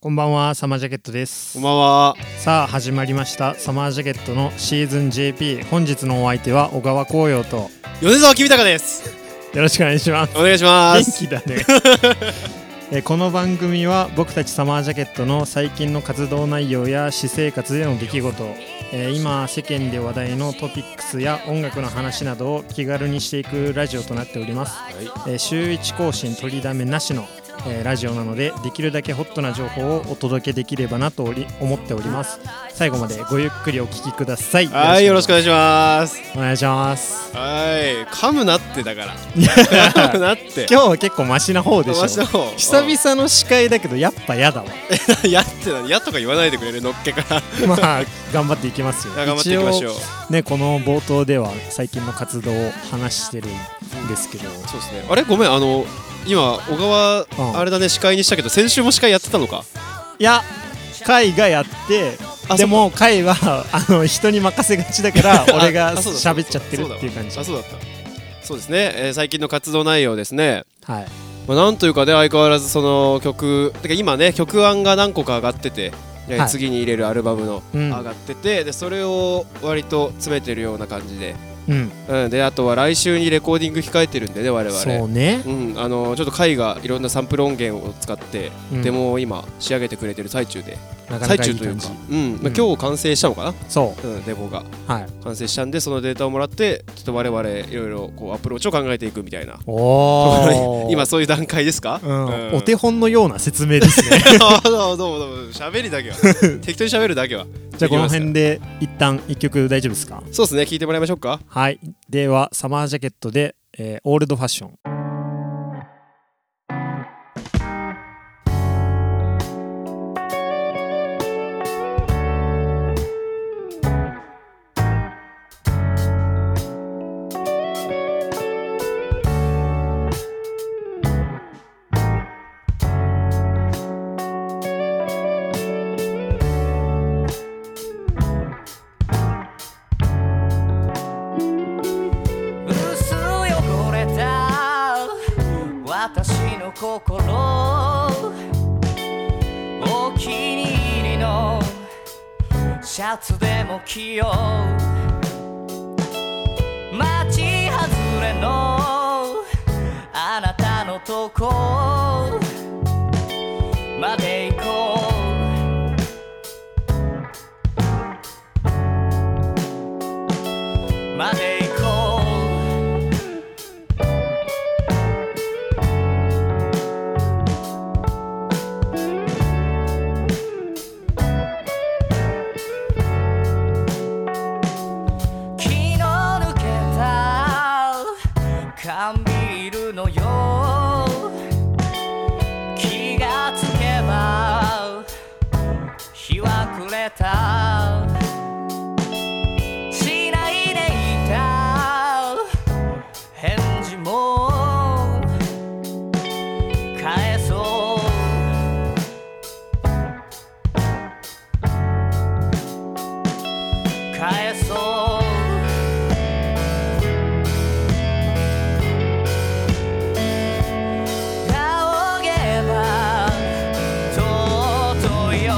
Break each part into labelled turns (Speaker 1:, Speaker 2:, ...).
Speaker 1: こんばんは、サマージャケットです
Speaker 2: こん。ばんは。
Speaker 1: さあ、始まりました。サマージャケットのシーズン JP。本日のお相手は小川紅葉と、
Speaker 2: 米沢君高です。
Speaker 1: よろしくお願いします。
Speaker 2: お願いしま
Speaker 1: 元
Speaker 2: す。
Speaker 1: 気だ ね。えこの番組は僕たちサマージャケットの最近の活動内容や私生活での出来 事、えー今世間で話題のトピックスや音楽の話などを気軽にしていくラジオとなっております、
Speaker 2: は
Speaker 1: えー週1更新取りだめなしの、えーラジオなのでできるだけホットな情報をお届けできればなとおり思っております最後までごゆっくりお聞きください
Speaker 2: はい、よろしくお願いします。
Speaker 1: お願いします
Speaker 2: はい、噛むなってだから。噛むなって。
Speaker 1: 今日は結構マシな方でしょ
Speaker 2: マシな方
Speaker 1: 久々の司会だけどやっぱやだわ
Speaker 2: 々やってなやとか言わないでくれるのっけから。
Speaker 1: まあ頑張っていきますよ
Speaker 2: 頑張っていきましょう。
Speaker 1: 一応ねこの冒頭では最近の活動を話してるんですけど
Speaker 2: そうですね。あれごめんあの今小川、
Speaker 1: ん
Speaker 2: あれだね司会にしたけど先週も司会やってたのか。
Speaker 1: いや会がやって
Speaker 2: あ
Speaker 1: でも会はあの人に任せがちだから 俺が
Speaker 2: あそうだそうだ
Speaker 1: 喋っちゃってるっていう感じ
Speaker 2: あそうだった。そうですね、えー最近の活動内容ですね。
Speaker 1: はい
Speaker 2: まあ、なんというかね相変わらずその曲てか今ね曲案が何個か上がってて、ね
Speaker 1: はい
Speaker 2: 次に入れるアルバムの
Speaker 1: うん
Speaker 2: 上がってて、でそれを割と詰めてるような感じで、
Speaker 1: うん
Speaker 2: うん、であとは来週にレコーディング控えてるんでね我々
Speaker 1: そうね
Speaker 2: うん、あのちょっと海がいろんなサンプル音源を使って、
Speaker 1: うん
Speaker 2: デモを今仕上げてくれてる最中で
Speaker 1: なかなかい
Speaker 2: 最
Speaker 1: い
Speaker 2: 中という
Speaker 1: 感
Speaker 2: か
Speaker 1: じ、
Speaker 2: うんまあ、
Speaker 1: うん
Speaker 2: 今日完成したのか
Speaker 1: そ
Speaker 2: な、うん、デモが
Speaker 1: うはい
Speaker 2: 完成したんでそのデータをもらってちょっと我々いろいろこうアプローチを考えていくみたいな
Speaker 1: おお
Speaker 2: 今そういう段階ですか、
Speaker 1: うん
Speaker 2: うん
Speaker 1: お手本のような説明です ね
Speaker 2: あどうもどうもどうも喋り だけは適当に喋るだけは
Speaker 1: じゃあこの辺
Speaker 2: で
Speaker 1: で一旦一曲大丈夫ですか
Speaker 2: きますからそうですね聞いてもらいましょうか
Speaker 1: はいではサマージャケットで、えーオールドファッション
Speaker 3: 薄汚れた私の心お気に入りのシャツでも着よう街外れのあなたのとこまで行こうまで行こう気の抜けた缶ビールのよう気がつけば日は暮れたしないでいた返事も返そう返そう「仰げば尊いよ」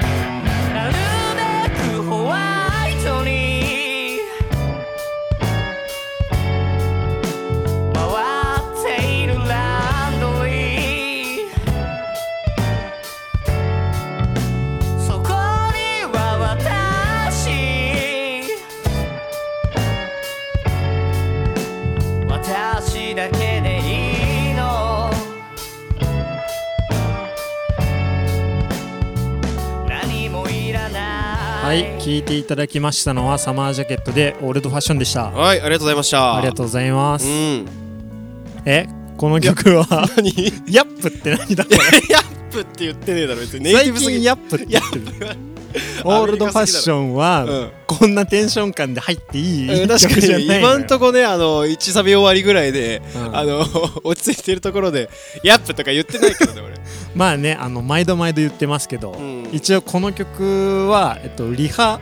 Speaker 3: 「なるべくホワイトに回っているランドリー」「そこには私」私だけでいいの何もいらな
Speaker 1: はいい、聞いていただきましたのはサマージャケットでオールドファッションでした。
Speaker 2: はいありがとうございました
Speaker 1: ありがとうございま
Speaker 2: う
Speaker 1: す。
Speaker 2: ん
Speaker 1: え、この曲は
Speaker 2: 何 ヤ
Speaker 1: ヤップって何だこれ。
Speaker 2: ップって言ってねえだろ別にネイテ
Speaker 1: 最
Speaker 2: ィブすぎ
Speaker 1: 近
Speaker 2: る
Speaker 1: ヤップって言ってる。オ
Speaker 2: は
Speaker 1: ールドファッション
Speaker 2: ア
Speaker 1: は
Speaker 2: メリカすぎだ
Speaker 1: こんなテンション感で入っていい
Speaker 2: うん確
Speaker 1: 曲じ
Speaker 2: か
Speaker 1: ゃ
Speaker 2: に
Speaker 1: ないのよ
Speaker 2: 今んとこねあの1サビ終わりぐらいで、
Speaker 1: うん
Speaker 2: あの 落ち着いてるところでヤップとか言ってないけど ね俺
Speaker 1: まあね、あの毎度毎度言ってますけど
Speaker 2: ん、
Speaker 1: 一応この曲はえっとリハ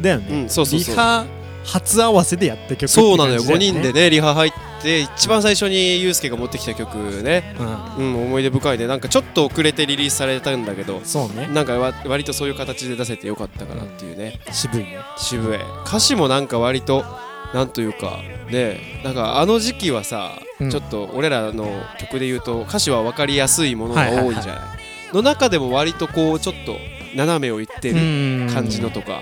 Speaker 1: だよ
Speaker 2: う
Speaker 1: ね
Speaker 2: んそう。そう
Speaker 1: リ
Speaker 2: そう
Speaker 1: ハ初合わせでやった曲って感じだよね。
Speaker 2: そうなのよ5人でねリハ入っで一番最初にユうスケが持ってきた曲ね、
Speaker 1: うん、
Speaker 2: うん、思い出深いねなんかちょっと遅れてリリースされたんだけど
Speaker 1: そうね
Speaker 2: なんかわ割とそういう形で出せてよかったかなっていうね
Speaker 1: 渋いね
Speaker 2: 渋い歌詞もなんか割となんというかねなんかあの時期はさ、
Speaker 1: うん
Speaker 2: ちょっと俺らの曲で言うと歌詞は分かりやすいものが
Speaker 1: はいはいはい
Speaker 2: 多いじゃない,、の中でも割とこうちょっと斜めをいってる感じの
Speaker 1: と
Speaker 2: とか、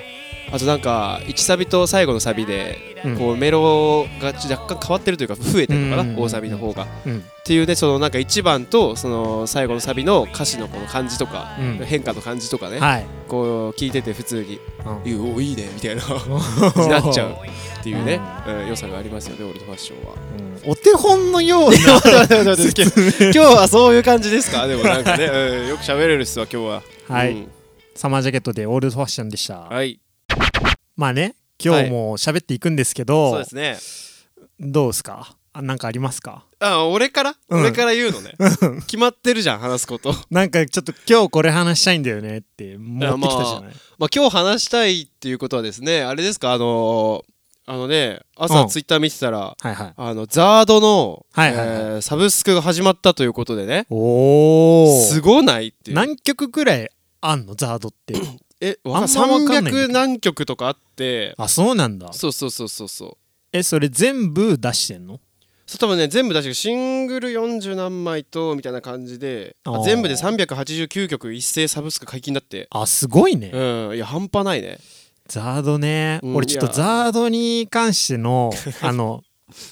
Speaker 2: あとなんか1サビと最後のサビで
Speaker 1: うん
Speaker 2: こうメロが若干変わってるというか増えてるのか
Speaker 1: うん
Speaker 2: な、大サビの方が。っ
Speaker 1: うん
Speaker 2: ていうねそのなんか1番とその最後のサビの歌詞のこの感じとか、
Speaker 1: うん
Speaker 2: 変化の感じとかね、
Speaker 1: はい、
Speaker 2: こう聞いてて普通に「
Speaker 1: う
Speaker 2: いやおいいね」みたいな
Speaker 1: ん
Speaker 2: なっちゃうっていうね、うん良さがありますよね俺のファッションは。
Speaker 1: うんお手本のような
Speaker 2: 待って 待って待って今日はそういう感じですかでもなんかね、うんよく喋れるっすわ今日は。
Speaker 1: はい
Speaker 2: うん
Speaker 1: サマージャケットでオールドファッションでした、
Speaker 2: はい
Speaker 1: まあね今日も喋っていくんですけど、
Speaker 2: そうですね。
Speaker 1: どうですかあなんかありますか
Speaker 2: あ俺から、
Speaker 1: うん
Speaker 2: 俺から言うのね決まってるじゃん話すこと
Speaker 1: なんかちょっと今日これ話したいんだよねって持ってきたじゃない、
Speaker 2: まあ今日話したいっていうことはですねあれですかあのーあのね朝
Speaker 1: うん
Speaker 2: ツイッター見てたら、
Speaker 1: はいはい
Speaker 2: あのザードの、
Speaker 1: はいはいはい
Speaker 2: えーサブスクが始まったということでね
Speaker 1: おお
Speaker 2: すごないっていう
Speaker 1: 何曲くらいあんのザードって
Speaker 2: えわ
Speaker 1: あんまわかんないんだけ
Speaker 2: 300
Speaker 1: ど
Speaker 2: 何曲とかあって
Speaker 1: あそうなんだ
Speaker 2: そうそうそうそうそう
Speaker 1: えそれ全部出してんの
Speaker 2: そう多分ね全部出してシングル40何枚とみたいな感じであ
Speaker 1: あー
Speaker 2: 全部で389曲一斉サブスク解禁だって
Speaker 1: あすごいね、
Speaker 2: うんいや半端ないね
Speaker 1: ザードね、
Speaker 2: うん
Speaker 1: 俺ちょっと
Speaker 2: いや
Speaker 1: ザードに関して のあの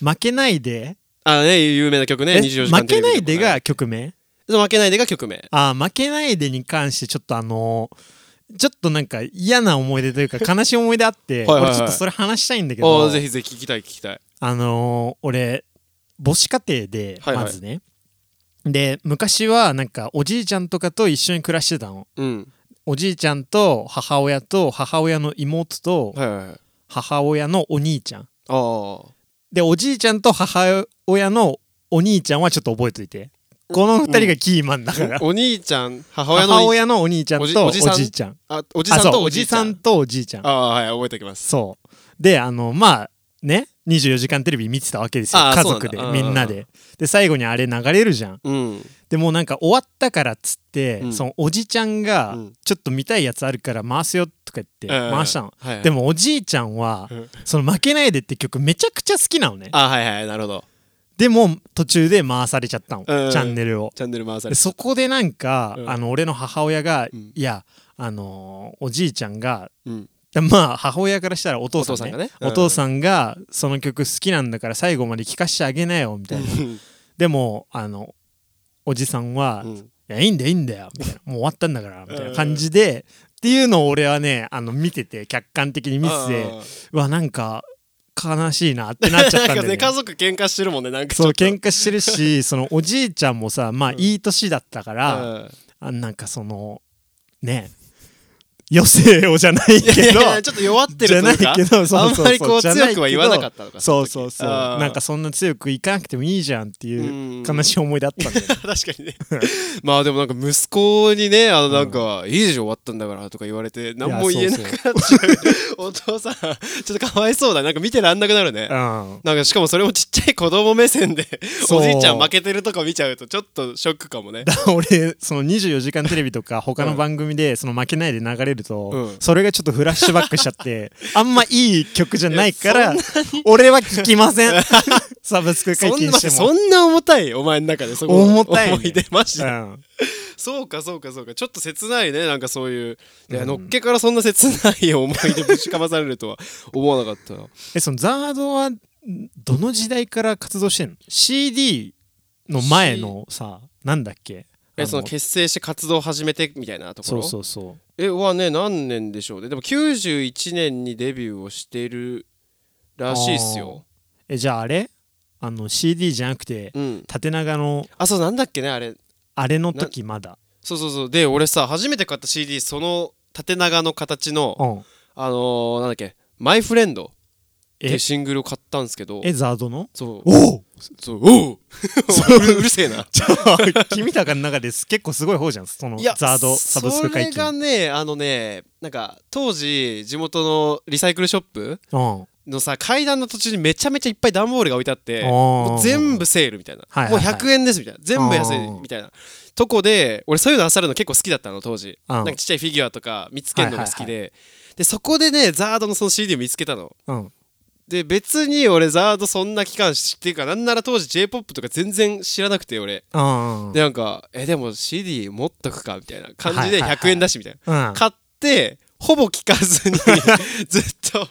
Speaker 1: 負けないで、
Speaker 2: あね有名な曲ね
Speaker 1: え
Speaker 2: 24時間
Speaker 1: 負け
Speaker 2: テレビ
Speaker 1: ない
Speaker 2: とかね
Speaker 1: でが曲名
Speaker 2: そう負けないでが曲名
Speaker 1: あ負けないでに関してちょっとあのちょっとなんか嫌な思い出と いうか悲しい思い出あって
Speaker 2: はいはいはい
Speaker 1: 俺ちょっとそれ話したいんだけ
Speaker 2: お
Speaker 1: ど
Speaker 2: ーぜひぜひ聞きたい聞きたい
Speaker 1: あのー俺母子家庭で
Speaker 2: はいはい
Speaker 1: まずね、で昔はなんかおじいちゃんとかと一緒に暮らしてたの
Speaker 2: うん
Speaker 1: おじいちゃんと母親と母親の妹と
Speaker 2: はいはいはい
Speaker 1: 母親のお兄ちゃん
Speaker 2: ああ
Speaker 1: でおじいちゃんと母親のお兄ちゃんはちょっと覚えといてこの二人がキーマンだから、
Speaker 2: お兄ち ゃん母親の
Speaker 1: 母親のお兄ちゃん
Speaker 2: おじ
Speaker 1: とお
Speaker 2: お
Speaker 1: じ
Speaker 2: じさん
Speaker 1: いちゃん
Speaker 2: あおじ
Speaker 1: あ
Speaker 2: さん
Speaker 1: そう
Speaker 2: とお
Speaker 1: お
Speaker 2: じ
Speaker 1: じ
Speaker 2: いちゃ
Speaker 1: さ
Speaker 2: ん
Speaker 1: んとおじいちゃん
Speaker 2: ああはい覚えておきます
Speaker 1: そうであのまあね24時間テレビ見てたわけですよ
Speaker 2: あー
Speaker 1: 家族で
Speaker 2: そうなんだ
Speaker 1: みんなでで最後にあれ流れるじゃん
Speaker 2: うん
Speaker 1: でもうなんか終わったからっつって、
Speaker 2: うん
Speaker 1: そのおじちゃんが
Speaker 2: うん
Speaker 1: ちょっと見たいやつあるから回すよとか言って回したの、
Speaker 2: はいはい
Speaker 1: でもおじいちゃんは
Speaker 2: うん
Speaker 1: その負けないでって曲めちゃくちゃ好きなのね
Speaker 2: ああはいはいなるほど
Speaker 1: でも途中で回されちゃったの、
Speaker 2: うん
Speaker 1: チャンネルを
Speaker 2: チャンネル回さ
Speaker 1: で
Speaker 2: れ
Speaker 1: そこでなんか、
Speaker 2: うん
Speaker 1: あの俺の母親が、
Speaker 2: うん
Speaker 1: いやあのーおじいちゃんが
Speaker 2: うん
Speaker 1: まあ母親からしたらお父さん,、ね
Speaker 2: お
Speaker 1: お
Speaker 2: 父
Speaker 1: 父
Speaker 2: さ
Speaker 1: さ
Speaker 2: ん
Speaker 1: ん
Speaker 2: が
Speaker 1: が
Speaker 2: ねうん
Speaker 1: その曲好きなんだから最後まで聴かしてあげなよみたいなでもあのおじさんは、
Speaker 2: う
Speaker 1: い
Speaker 2: ん
Speaker 1: やいいんだよいいんだよみたいなもう終わったんだからみたいな感じで、っていうのを俺はねあの見てて客観的に見てて
Speaker 2: ああ
Speaker 1: うわなんか悲しいなってなっちゃったんだ
Speaker 2: な
Speaker 1: よ
Speaker 2: んか
Speaker 1: ね
Speaker 2: ね家族喧嘩してるもんねなんか
Speaker 1: そう
Speaker 2: ちょっ
Speaker 1: 喧嘩してる しそのおじいちゃんもさまあいい年だったか
Speaker 2: と
Speaker 1: ら、
Speaker 2: うん
Speaker 1: あなんかそのね余生をじゃないけど
Speaker 2: いやいやちょっと弱って
Speaker 1: じゃ
Speaker 2: ると
Speaker 1: ないいう
Speaker 2: か
Speaker 1: けどそう
Speaker 2: あ
Speaker 1: そ
Speaker 2: ん
Speaker 1: う
Speaker 2: まりこう
Speaker 1: じゃない
Speaker 2: 強くは言わなかったの
Speaker 1: け
Speaker 2: か
Speaker 1: どそうそうそう
Speaker 2: あー
Speaker 1: なんかそんな強くいかなくてもいいじゃんっていう
Speaker 2: うん
Speaker 1: 悲しい思いだったんだよね
Speaker 2: 確かにねまあでもなんか息子にねあのなんか「いいでしょ終わったんだから」とか言われて何も言えなくなっちゃう お父さんちょっとかわいそうだなんか見てらんなくなるね
Speaker 1: うん
Speaker 2: なんかしかもそれもちっちゃい子供目線で
Speaker 1: そう
Speaker 2: おじいちゃん負けてるとか見ちゃうとちょっとショックかもね
Speaker 1: だから俺その『24時間テレビ』と か他の番組でその負けないで流れると、
Speaker 2: うん
Speaker 1: それがちょっとフラッシュバックしちゃって あんまいい曲じゃないから俺は聴きません サブスク解
Speaker 2: そん
Speaker 1: 禁
Speaker 2: な
Speaker 1: しても
Speaker 2: そんな重たいお前の中でそこ
Speaker 1: 重たいね
Speaker 2: 思い出マジで、
Speaker 1: うん
Speaker 2: そうかそうかそうかちょっと切ないねなんかそういういやのっけからそんな切ない思い出ぶちかまされるとは思わなかっ たな
Speaker 1: えそのザードはんどの時代から活動してんの ?CD の前のさ、なんだっけあ
Speaker 2: えその結成して活動を始めてみたいなとこ
Speaker 1: そ
Speaker 2: ろ
Speaker 1: うそうそ
Speaker 2: えはね何年でしょうねでも91年にデビューをしてるらしいっすよ
Speaker 1: うえじゃああれあの CD じゃなくて
Speaker 2: うん
Speaker 1: 縦長の
Speaker 2: あそうなんだっけねあれ
Speaker 1: あれの時まだ
Speaker 2: そうそうそうで俺さ初めて買った CD その縦長の形の
Speaker 1: うん
Speaker 2: あのー、なんだっけ「マイフレンド」ってい
Speaker 1: え
Speaker 2: うシングルを買ったんですけど
Speaker 1: えザードの
Speaker 2: そう
Speaker 1: おお
Speaker 2: そうおう うるうるせえな
Speaker 1: 君たちの中です結構すごい方じゃんその
Speaker 2: いや
Speaker 1: ザードサブスク解
Speaker 2: それが
Speaker 1: 禁
Speaker 2: ねあのねなんか当時地元のリサイクルショップ
Speaker 1: うん
Speaker 2: のさ階段の途中にめちゃめちゃいっぱい段ボールが置いてあって
Speaker 1: あー
Speaker 2: もう全部セールみたいな、
Speaker 1: はいはいはい
Speaker 2: もう100円ですみたいな全部安い
Speaker 1: あー
Speaker 2: みたいなとこで俺そういうの漁るの結構好きだったの当時
Speaker 1: うん
Speaker 2: なんかちっちゃいフィギュアとか見つけるのが好きで、でそこでねザードのその CD を見つけたの
Speaker 1: うん
Speaker 2: で別に俺ザードそんな期間知っていうかなんなら当時 j p o p とか全然知らなくて俺
Speaker 1: うん
Speaker 2: でなんかえでも CD 持っとくかみたいな感じ
Speaker 1: はい
Speaker 2: で
Speaker 1: はいはい
Speaker 2: 100円だしみたいな、
Speaker 1: うん
Speaker 2: 買ってほぼ聞かずに ずっと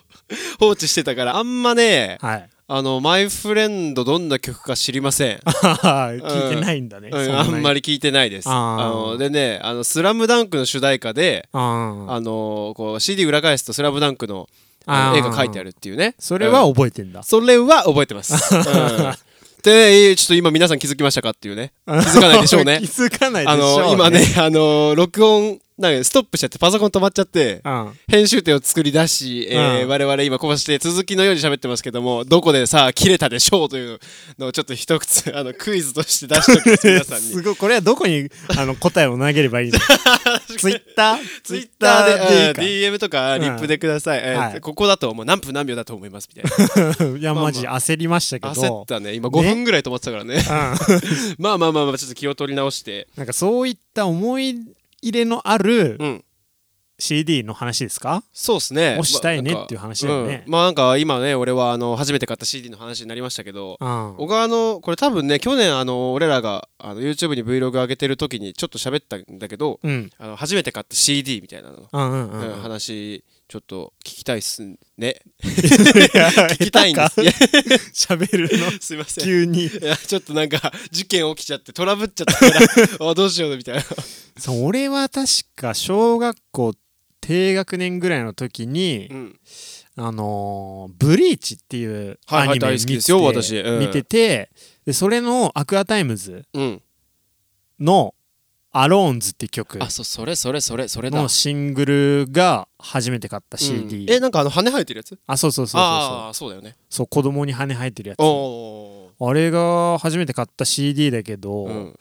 Speaker 2: 放置してたからあんまね
Speaker 1: はい
Speaker 2: あのマイフレンドどんな曲か知りません、
Speaker 1: 聞いてないんだね、
Speaker 2: うんあんま
Speaker 1: り
Speaker 2: り聞いてないです
Speaker 1: あー
Speaker 2: あのでね「あのスラムダンクの主題歌で、
Speaker 1: ああ
Speaker 2: あのこう CD 裏返すと「スラムダンクの
Speaker 1: あ
Speaker 2: あ
Speaker 1: ー
Speaker 2: の絵が書いてあるっていうね
Speaker 1: それは
Speaker 2: うん
Speaker 1: 覚えてんだ、
Speaker 2: それは覚えてます、うん でえーちょっと今皆さん気づきましたかっていうね気づかないでしょうね
Speaker 1: 気づかないでし
Speaker 2: あ
Speaker 1: ょう、
Speaker 2: の今 ね、あの録音なんかストップしちゃってパソコン止まっちゃって
Speaker 1: うん
Speaker 2: 編集点を作り出し、えー
Speaker 1: うん
Speaker 2: 我々今こうして続きのように喋ってますけどもどこでさ切れたでしょうというのをちょっと一つ あのクイズとして出しておきます皆さ ん
Speaker 1: す
Speaker 2: に。
Speaker 1: ごいこれはどこにあの答えを投げれば いいのツイッター
Speaker 2: ツイッターで、うん
Speaker 1: でいい
Speaker 2: DM とかリップでください、えー
Speaker 1: はい
Speaker 2: ここだともう何分何秒だと思いますみたい
Speaker 1: かいや
Speaker 2: まあ
Speaker 1: マジ焦りました
Speaker 2: な
Speaker 1: け
Speaker 2: 焦
Speaker 1: ど
Speaker 2: ったね今5
Speaker 1: ね
Speaker 2: 分ぐらい止まってたか らね
Speaker 1: うん
Speaker 2: まあまあまあまあちょっと気を取り直して
Speaker 1: なんかそういった思い入れのある
Speaker 2: うん
Speaker 1: CD の話ですか
Speaker 2: そうですね
Speaker 1: もししたいね
Speaker 2: まあなんか
Speaker 1: っていう話だよね
Speaker 2: うんまあなんか今ね俺はあの初めて買った CD の話になりましたけど、
Speaker 1: うん
Speaker 2: 小川のこれ多分ね去年あの俺らがあの YouTube に Vlog 上げてる時にちょっと喋ったんだけど
Speaker 1: うん
Speaker 2: あの初めて買った CD みたいなの、
Speaker 1: うんうんうん
Speaker 2: うん
Speaker 1: うん
Speaker 2: 話ちょっと聞きたいっすね
Speaker 1: 聞
Speaker 2: 聞きたいんですいや
Speaker 1: 喋る の
Speaker 2: すいませんい
Speaker 1: 急に
Speaker 2: やちょっとなんか事件起きちゃってトラブっちゃったから あどうしようみたいな
Speaker 1: そう俺は確か小学校低学年ぐらいの時に、
Speaker 2: うん
Speaker 1: あのーブリーチっていう
Speaker 2: は
Speaker 1: ア
Speaker 2: いはい
Speaker 1: ニメ
Speaker 2: 大
Speaker 1: 見て
Speaker 2: 好き
Speaker 1: て
Speaker 2: ですよ私うん
Speaker 1: 見ててでそれの「アクアタイムズ
Speaker 2: うん」
Speaker 1: の「アローンズ」って曲
Speaker 2: あそうそれそれそれそれだ
Speaker 1: のシングルが初めて買った CD、
Speaker 2: うんえなんかあの羽生えてるやつ
Speaker 1: あそうそうそうそうそう
Speaker 2: ああそうだよね
Speaker 1: そう子供に羽生えてるやつ
Speaker 2: お
Speaker 1: あれが初めて買った CD だけ
Speaker 2: お、う
Speaker 1: ど
Speaker 2: ん、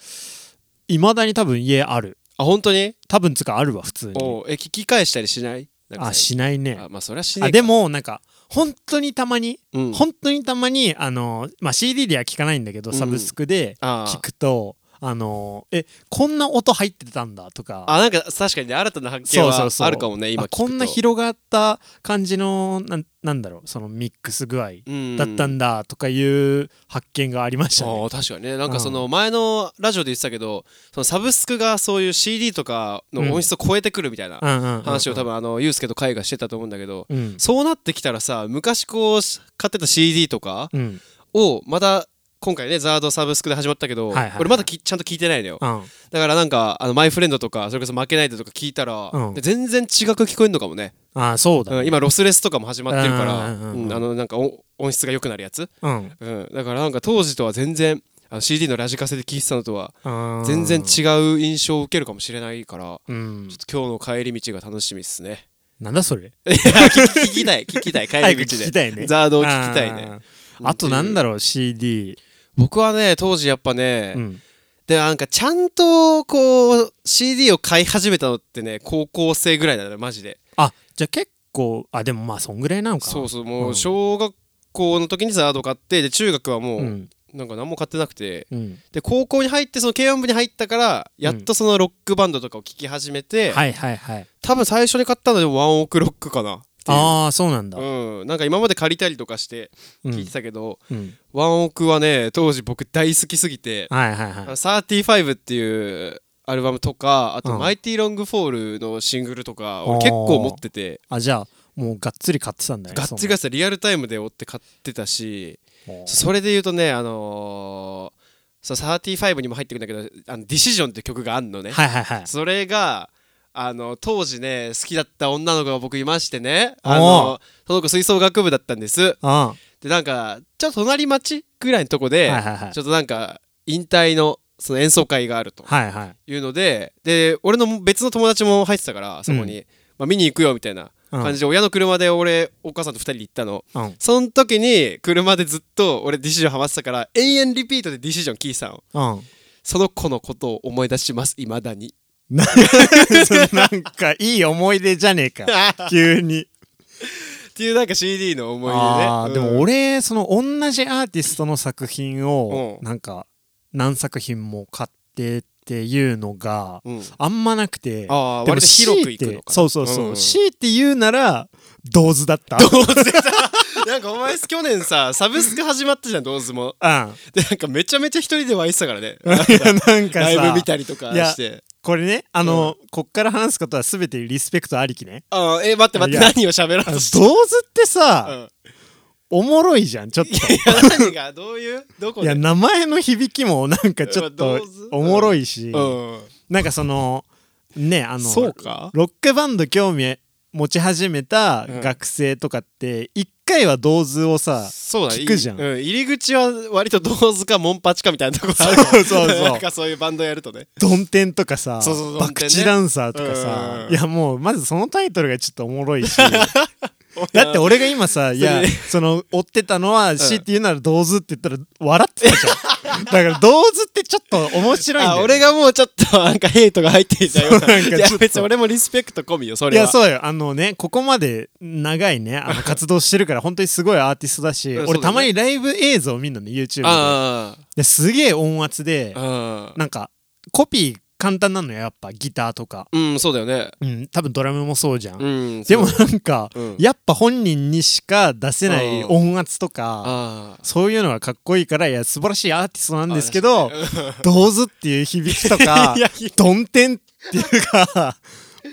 Speaker 1: いま、未だに多分家ある
Speaker 2: あ本当に
Speaker 1: 多分つうかあるわ普通に
Speaker 2: おーえ聞き返したりしないなんか
Speaker 1: あしないね
Speaker 2: あまあそれはしない
Speaker 1: あでもなんか本当にたまに、
Speaker 2: うん
Speaker 1: 本当にたまにあの、まあ、CD では聞かないんだけど、
Speaker 2: うん
Speaker 1: サブスクで
Speaker 2: あ
Speaker 1: 聞
Speaker 2: ー
Speaker 1: くとあのえこんな音入ってたんだとか
Speaker 2: あなんか確かにね新たな発見
Speaker 1: そうそう
Speaker 2: は
Speaker 1: そう
Speaker 2: あるかもね今
Speaker 1: あこんな
Speaker 2: 聞くと
Speaker 1: 広がった感じのなんなんだろうそのミックス具合
Speaker 2: うん
Speaker 1: だったんだとかいう発見がありました
Speaker 2: あ
Speaker 1: ね。
Speaker 2: ー確かにねなんかその前のラジオで言ってたけどそのサブスクがそういう CD とかの音質を超えてくるみたいな
Speaker 1: うんうんうんうん
Speaker 2: 話を多分あのユースケと海がしてたと思うんだけど
Speaker 1: うん
Speaker 2: そうなってきたらさ昔こう買ってた CD とか
Speaker 1: うん
Speaker 2: をまた今回ねザードサブスクで始まったけど
Speaker 1: はいはいはい
Speaker 2: 俺まだきちゃんと聞いてないのよ
Speaker 1: うん
Speaker 2: だからなんかあのマイフレンドとかそれこそ負けないでとか聞いたら
Speaker 1: うん
Speaker 2: 全然違く聞こえるのかもね
Speaker 1: あーそうだ
Speaker 2: う
Speaker 1: ね、
Speaker 2: ん今ロスレスとかも始まってるから
Speaker 1: うんうんうんうん
Speaker 2: うんあのなんかお音質が良くなるやつ
Speaker 1: うん
Speaker 2: うん、だからなんか当時とは全然あの CD のラジカセで聴いてたのとは
Speaker 1: あー
Speaker 2: 全然違う印象を受けるかもしれないから
Speaker 1: うん
Speaker 2: ちょっと今日の帰り道が楽しみっす ね
Speaker 1: なんだそれ
Speaker 2: いや聞き聞きたい聞きたい
Speaker 1: 早
Speaker 2: 帰
Speaker 1: く
Speaker 2: り
Speaker 1: 聞
Speaker 2: 道で
Speaker 1: きたいね
Speaker 2: ザードを聞きたいね
Speaker 1: あーあとなんだろう CD
Speaker 2: 僕はね当時やっぱね、
Speaker 1: うん
Speaker 2: でなんかちゃんとこう CD を買い始めたのってね高校生ぐらいだねマジで
Speaker 1: あじゃあ結構あでもまあそんぐらいなのか
Speaker 2: そう
Speaker 1: そ
Speaker 2: そうも
Speaker 1: うん
Speaker 2: う小学校の時にザード買ってで中学はもうんなんか何も買ってなくて、
Speaker 1: うん
Speaker 2: で高校に入ってその軽音部に入ったからやっとそのロックバンドとかを聴き始めて、
Speaker 1: はいはいはい
Speaker 2: 多分最初に買ったのでもワンオークロックかなっていう
Speaker 1: ああそうなんだ
Speaker 2: うん、なんか今まで借りたりとかして
Speaker 1: うん
Speaker 2: 聴いてたけど、
Speaker 1: うん
Speaker 2: ワンオークはね当時僕大好きすぎて
Speaker 1: はいはい
Speaker 2: 「あ
Speaker 1: は
Speaker 2: の
Speaker 1: い
Speaker 2: 35」っていうアルバムとかあ
Speaker 1: う
Speaker 2: と「
Speaker 1: ん
Speaker 2: マイティロングフォール」のシングルとか俺結構持ってて
Speaker 1: あじゃあもうがっつり買ってたんだね
Speaker 2: がっつりがっつりリアルタイムで追って買ってたし
Speaker 1: その
Speaker 2: それで言うとねあのーそう35にも入ってくるんだけど「あのディシジョン」って曲があんのね、
Speaker 1: はいはいはい
Speaker 2: それがあの当時ね好きだった女の子が僕いましてねあのその子吹奏楽部だったんです
Speaker 1: あ
Speaker 2: でなんかちょっと隣町ぐらいのとこで、
Speaker 1: はいはいはい
Speaker 2: ちょっとなんか引退のその演奏会があると
Speaker 1: はいはい
Speaker 2: いうのでで俺の別の友達も入ってたからそこに、まあ、見に行くよみたいな感じで、親の車で俺お母さんと2人で行ったの
Speaker 1: うん
Speaker 2: その時に車でずっと俺ディシジョンハマってたから延々リピートでディシジョンキーさんを
Speaker 1: うん
Speaker 2: その子のことを思い出しますいまだに
Speaker 1: なんかいい思い出じゃねえか急に
Speaker 2: っていうなんか CD の思い出ね
Speaker 1: あ
Speaker 2: う
Speaker 1: ー
Speaker 2: ん
Speaker 1: でも俺その同じアーティストの作品を
Speaker 2: うん
Speaker 1: なんか何作品も買ってっていうのが
Speaker 2: うん
Speaker 1: あんまなくて
Speaker 2: あー
Speaker 1: でも
Speaker 2: 割と広くいく
Speaker 1: 強い
Speaker 2: のか
Speaker 1: てそうそう
Speaker 2: うん
Speaker 1: そううん強いて言うなら同図だった
Speaker 2: なんかお前去年さサブスク始まったじゃんどうずも
Speaker 1: うん
Speaker 2: でなんかめちゃめちゃ一人で湧いてたからね
Speaker 1: いや なんか
Speaker 2: ライブ
Speaker 1: さ
Speaker 2: 見たりとか
Speaker 1: いや
Speaker 2: して
Speaker 1: これねあのこっから話すことは全てリスペクトありきね
Speaker 2: あーえ待って待っ
Speaker 1: い
Speaker 2: て
Speaker 1: や
Speaker 2: 何を喋ろう
Speaker 1: あの
Speaker 2: として
Speaker 1: 同図って
Speaker 2: う
Speaker 1: さ
Speaker 2: ん
Speaker 1: おもろいじゃんちょっと
Speaker 2: いや何がどういうどこ
Speaker 1: い
Speaker 2: で
Speaker 1: や名前の響きもなんかちょっ
Speaker 2: まあ
Speaker 1: と
Speaker 2: 同図
Speaker 1: おもろいし
Speaker 2: うん
Speaker 1: なんかそのねあの
Speaker 2: そうか
Speaker 1: ロックバンド興味持ち始めた学生とかって一回は銅図をさ
Speaker 2: そうだ
Speaker 1: 聞くじゃん
Speaker 2: いうん、入り口は割と銅図かモンパチかみたいなとこある
Speaker 1: そうそうそう
Speaker 2: なんかそういうバンドやるとね
Speaker 1: ドンテンとかさ
Speaker 2: そうそうドンテンね
Speaker 1: バクチダンサーとかさ
Speaker 2: う
Speaker 1: い
Speaker 2: ん
Speaker 1: やもうまずそのタイトルがちょっとおもろいし だって俺が今さいや
Speaker 2: それ
Speaker 1: その追ってたのは C って言うなら銅図って言ったら笑ってたじゃんだから銅図ってちょっと面白いんだ
Speaker 2: あ
Speaker 1: よ
Speaker 2: 俺がもうちょっとなんかヘイトが入っていたよ
Speaker 1: そ
Speaker 2: う
Speaker 1: うなんか
Speaker 2: いや
Speaker 1: ちょっと
Speaker 2: 別に俺もリスペクト込みよそ
Speaker 1: い
Speaker 2: れは
Speaker 1: やそうよあのねここまで長いねあの活動してるから本当にすごいアーティストだし、
Speaker 2: うんそうだ
Speaker 1: 俺
Speaker 2: ね
Speaker 1: たまにライブ映像見るのね YouTube で
Speaker 2: あ
Speaker 1: ですげえ音圧で
Speaker 2: あああ
Speaker 1: なんかコピー簡単なのよやっぱギターとか、
Speaker 2: うんそうだよね
Speaker 1: うん、多分ドラムもそうじゃん、
Speaker 2: うん
Speaker 1: でも
Speaker 2: そう
Speaker 1: なんか、
Speaker 2: うん
Speaker 1: やっぱ本人にしか出せない
Speaker 2: うん
Speaker 1: 音圧とか
Speaker 2: ああ
Speaker 1: そういうのがかっこいいからいや素晴らしいアーティストなんですけど「どうぞ」っていう響きとか
Speaker 2: いや
Speaker 1: 「ドンテン」っていうか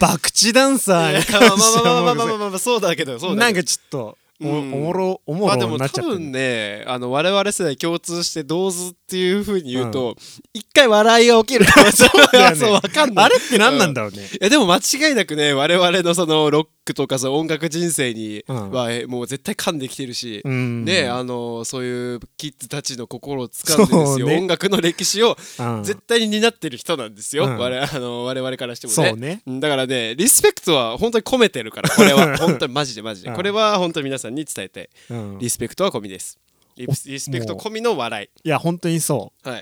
Speaker 1: 博打ダンサー
Speaker 2: いや
Speaker 1: に関
Speaker 2: まあ
Speaker 1: してはも
Speaker 2: まあまあまあま
Speaker 1: う
Speaker 2: あまあまあそうだけどそうだ
Speaker 1: な
Speaker 2: け
Speaker 1: ん
Speaker 2: ど
Speaker 1: かちょっとお,、
Speaker 2: うん
Speaker 1: おもろおも
Speaker 2: ま
Speaker 1: ろ
Speaker 2: あで
Speaker 1: に
Speaker 2: も
Speaker 1: なっち
Speaker 2: 多
Speaker 1: ゃってる、
Speaker 2: 分ねあの我々世代共通して同図っていうふうに言うと一回笑いが起きるからそう
Speaker 1: だよね
Speaker 2: わかんない
Speaker 1: あれって何なんだろうね、
Speaker 2: いやでも間違いなくね我々のそのロックとかその音楽人生に
Speaker 1: うん
Speaker 2: はえもう絶対噛んできてるし、
Speaker 1: うん
Speaker 2: ねあのそういうキッズたちの心を掴んでです
Speaker 1: そ
Speaker 2: よ、
Speaker 1: うね
Speaker 2: 音楽の歴史を
Speaker 1: うん
Speaker 2: 絶対に担ってる人なんですよ、
Speaker 1: うん
Speaker 2: 我々あの我々からしてもね
Speaker 1: そうね
Speaker 2: んだからねリスペクトは本当に込めてるからこれは本当にマジでマジで、
Speaker 1: うん
Speaker 2: これは本当に皆さんに伝えたい
Speaker 1: うん
Speaker 2: リスペクトは込みですリスリスペクト込みの笑
Speaker 1: いや本当にそう
Speaker 2: いはいい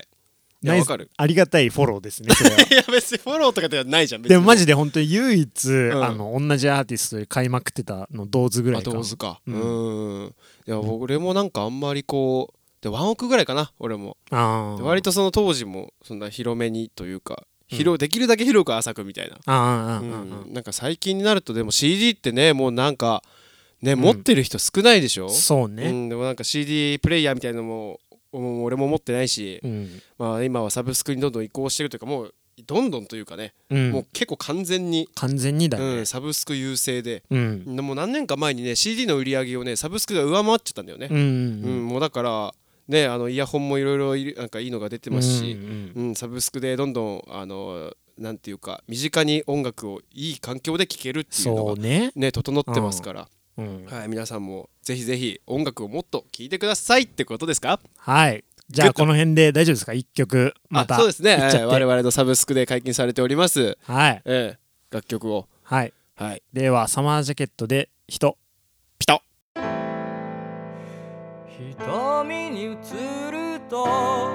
Speaker 2: や
Speaker 1: ナイ
Speaker 2: わ
Speaker 1: ス
Speaker 2: かる
Speaker 1: ありがたいフォローですねそれは
Speaker 2: いや別にフォローとかではないじゃん
Speaker 1: でもマジ
Speaker 2: で
Speaker 1: で本当に唯一、
Speaker 2: ん
Speaker 1: あの同じアーティストで買いまくってたの同図ぐらいか
Speaker 2: 同図かう
Speaker 1: うん
Speaker 2: んいや俺もなんかあんまりこうでワンオクぐらいかな俺も
Speaker 1: あ
Speaker 2: で
Speaker 1: ー
Speaker 2: 割とその当時もそんな広めにというか広できるだけ広く浅くみたいな
Speaker 1: あーあ
Speaker 2: う
Speaker 1: ーあーあー
Speaker 2: んなんか最近になるとでも CD ってねもうなんかね持ってる人少ないでしょ
Speaker 1: そう
Speaker 2: う
Speaker 1: ね
Speaker 2: んでもなんか CD プレイヤーみたいなのももう俺も持ってないし
Speaker 1: うん、
Speaker 2: まあ今はサブスクにどんどん移行してるというかもうどんどんというかね
Speaker 1: うん
Speaker 2: もう結構完全に
Speaker 1: 完全にだ
Speaker 2: う
Speaker 1: ね
Speaker 2: んサブスク優勢で
Speaker 1: うん
Speaker 2: でもう何年か前にね CD の売り上げをねサブスクが上回っちゃったんだよね
Speaker 1: うんう、
Speaker 2: うん
Speaker 1: ん
Speaker 2: もうだからねあのイヤホンもいろいろなんかいいのが出てますし、
Speaker 1: うんうん
Speaker 2: うんサブスクでどんどんあのなんていうか身近に音楽をいい環境で聴けるっていうの
Speaker 1: そ
Speaker 2: が
Speaker 1: うね、
Speaker 2: ね整ってますから、
Speaker 1: うん、
Speaker 2: はい、皆さんもぜひぜひ音楽をもっと聴いてくださいってことですか
Speaker 1: はいじゃあこの辺で大丈夫ですか一曲また
Speaker 2: あそうですね、
Speaker 1: いっちゃって
Speaker 2: えー我々のサブスクで解禁されております、
Speaker 1: はい
Speaker 2: えー楽曲を
Speaker 1: はい
Speaker 2: はい
Speaker 1: ではサマージャケットで人
Speaker 2: ピタッ
Speaker 3: 瞳に映ると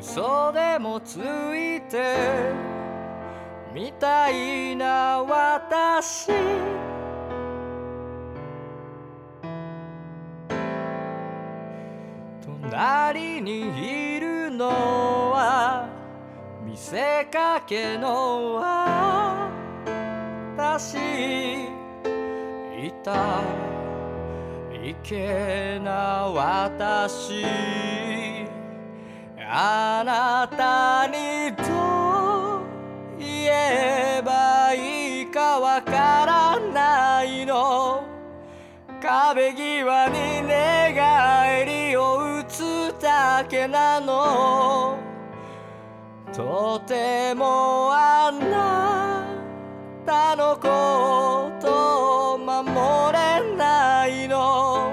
Speaker 3: 嘘でもついてみたいな私隣にいるのは見せかけの私いたいけな私あなたにどう言えばいいかわからないの壁際に寝返りを打つだけなのとてもあなたのことを守れないの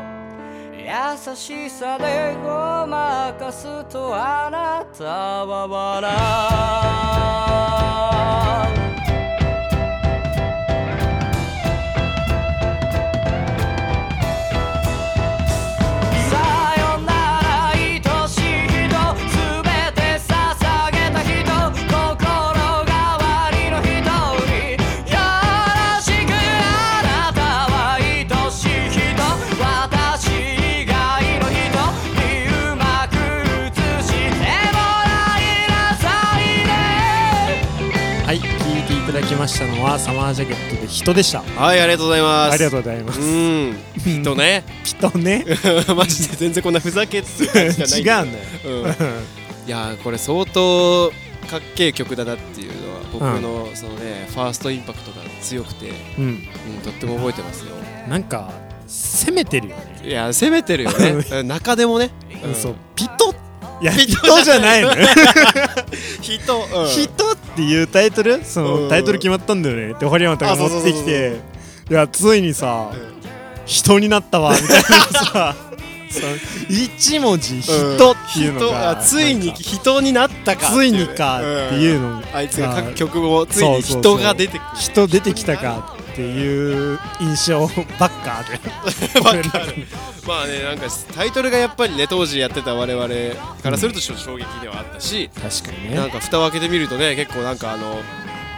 Speaker 3: 優しさでごまかすとあなたは笑うさよなら愛しい人全て捧げた人心変わりの人によろしくあなたは愛
Speaker 1: 聴いていただきましたのはサマージャケットで人でした
Speaker 2: はいありがとうございます
Speaker 1: ありがと
Speaker 2: う
Speaker 1: うございます
Speaker 2: うん人ね
Speaker 1: 人ね
Speaker 2: マジで全然こんなふざけつつ
Speaker 1: 違
Speaker 2: 感じじゃない
Speaker 1: うんだよ
Speaker 2: うんいやーこれ相当かっけえ曲だなっていうのは僕のそのね、ファーストインパクトが強くて、
Speaker 1: うん
Speaker 2: うん、とっても覚えてますよ
Speaker 1: なんか攻めてるよね
Speaker 2: いや攻めてるよ ね中でもね、
Speaker 1: うんそう
Speaker 2: ピト
Speaker 1: いや
Speaker 2: 人
Speaker 1: 人じゃないのよ
Speaker 2: 人、
Speaker 1: 「
Speaker 2: うん
Speaker 1: 人」っていうタイトルその、
Speaker 2: うん
Speaker 1: タイトル決まったんだよねって堀山
Speaker 2: あ
Speaker 1: が
Speaker 2: そうそ
Speaker 1: 持
Speaker 2: う
Speaker 1: って
Speaker 2: そうそう
Speaker 1: きていやついにさ、
Speaker 2: うん
Speaker 1: 人になったわみたいなさ その一文字「人」っていうの
Speaker 2: 人
Speaker 1: が、
Speaker 2: あついに
Speaker 1: なんか
Speaker 2: 人になったか
Speaker 1: ついにかっていう
Speaker 2: の、
Speaker 1: の
Speaker 2: う
Speaker 1: が
Speaker 2: んあいつが書く曲もついに
Speaker 1: そうそう
Speaker 2: 人
Speaker 1: そう
Speaker 2: が出てくる
Speaker 1: 人出てきたかっていう印象ばっかで
Speaker 2: わかるまあね なんかタイトルがやっぱりね当時やってた我々からするとちょっと衝撃ではあったし、
Speaker 1: 確かに
Speaker 2: なんか蓋を開けてみるとね結構なんかあの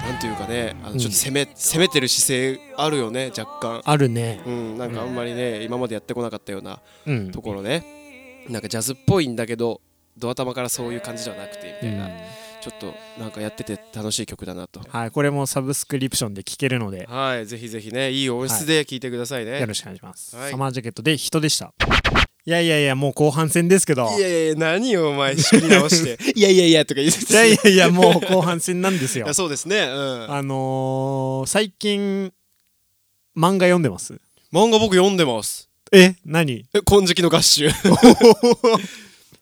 Speaker 2: なんていうかねあのちょっと攻め,、攻めてる姿勢あるよね若干
Speaker 1: あるね
Speaker 2: うんなんかあんまりね、今までやってこなかったような
Speaker 1: うん
Speaker 2: ところねなんかジャズっぽいんだけどドア玉からそういう感じではなくてみたいな、
Speaker 1: うん
Speaker 2: ちょっとなんかやってて楽しい曲だなと
Speaker 1: はいこれもサブスクリプションで聴けるので
Speaker 2: はいぜひぜひねいい音質で聴いてくださいね、
Speaker 1: よ
Speaker 2: い
Speaker 1: ろしくお願いします、
Speaker 2: はい
Speaker 1: サマージャケットで人でしたいやいやいやもう後半戦ですけど
Speaker 2: やいやいや何をお前仕切り直して いやい やいやとか言って
Speaker 1: いやいやいやもう後半戦なんですよ
Speaker 2: そうですねうん
Speaker 1: あのー、最近漫画読んでます
Speaker 2: 漫画僕読んでます
Speaker 1: え何
Speaker 2: え 金色の合 衆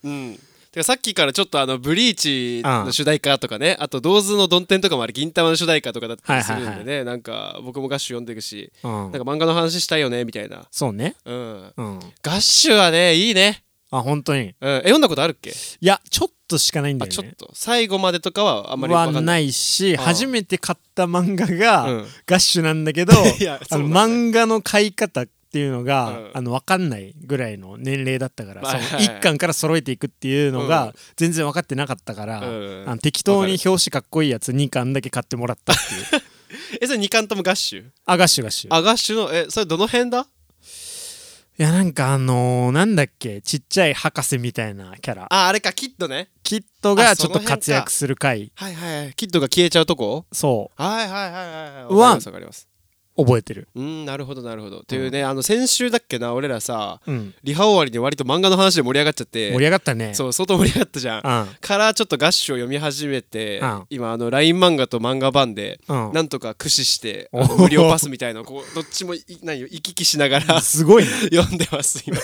Speaker 2: うんてかさっきからちょっとあのブリーチの主題歌とかね、あと銅図のドンテンとかもあれ銀玉の主題歌とかだったりするんでね、
Speaker 1: はい
Speaker 2: なんか僕も合衆読んでるし、
Speaker 1: うん
Speaker 2: なんか漫画の話したいよねみたいな
Speaker 1: そうね
Speaker 2: うん
Speaker 1: うん
Speaker 2: 合衆はねいいね、
Speaker 1: あ本当に
Speaker 2: うん、え読んだことあるっけ
Speaker 1: いやちょっとしかないんだ
Speaker 2: あ
Speaker 1: よ
Speaker 2: ちょっ
Speaker 1: ね
Speaker 2: と最後までとかはあんまりわ
Speaker 1: は
Speaker 2: かんない
Speaker 1: ないし
Speaker 2: ああ
Speaker 1: 初めて買った漫画が、
Speaker 2: うん
Speaker 1: ガッシュなんだけど
Speaker 2: いや
Speaker 1: あの
Speaker 2: そうなんだね
Speaker 1: 漫画の買い方っていうのが、
Speaker 2: うん
Speaker 1: あの分かんないぐらいの年齢だったから、
Speaker 2: まあ
Speaker 1: その
Speaker 2: はい
Speaker 1: 1巻から揃えていくっていうの
Speaker 2: う
Speaker 1: が全然分かってなかったから、
Speaker 2: うん
Speaker 1: あの適当に表紙かっこいいやつ2巻だけ買ってもらったっていう
Speaker 2: えそれ2巻とも合衆
Speaker 1: あガッシュガッシュ
Speaker 2: あ合衆のえそれどの辺だ
Speaker 1: いやなんかあのー、なんだっけちっちゃい博士みたいなキャラ
Speaker 2: ああれかキッドね
Speaker 1: キッドが
Speaker 2: あ
Speaker 1: ちょっ
Speaker 2: その
Speaker 1: と
Speaker 2: 辺か
Speaker 1: 活躍する回
Speaker 2: はいはいはいキッドが消えちゃうとこ
Speaker 1: そ
Speaker 2: はいはいはいはいはいわかり
Speaker 1: うわ
Speaker 2: ますわかります
Speaker 1: う覚えてる
Speaker 2: うんなるほどなるほどっていうね、あの先週だっけな俺らさ
Speaker 1: うん
Speaker 2: リハ終わりに割と漫画の話で盛り上がっちゃって
Speaker 1: 盛り上がったね
Speaker 2: そう相当盛り上がったじゃん
Speaker 1: うん
Speaker 2: からちょっとガッシュを読み始めて、
Speaker 1: うん
Speaker 2: 今あの LINE 漫画と漫画版で、
Speaker 1: うん
Speaker 2: なんとか駆使して
Speaker 1: お
Speaker 2: あの無料パスみたいなのをこうどっちもい何を行き来しながら
Speaker 1: すごいね
Speaker 2: 読んでます今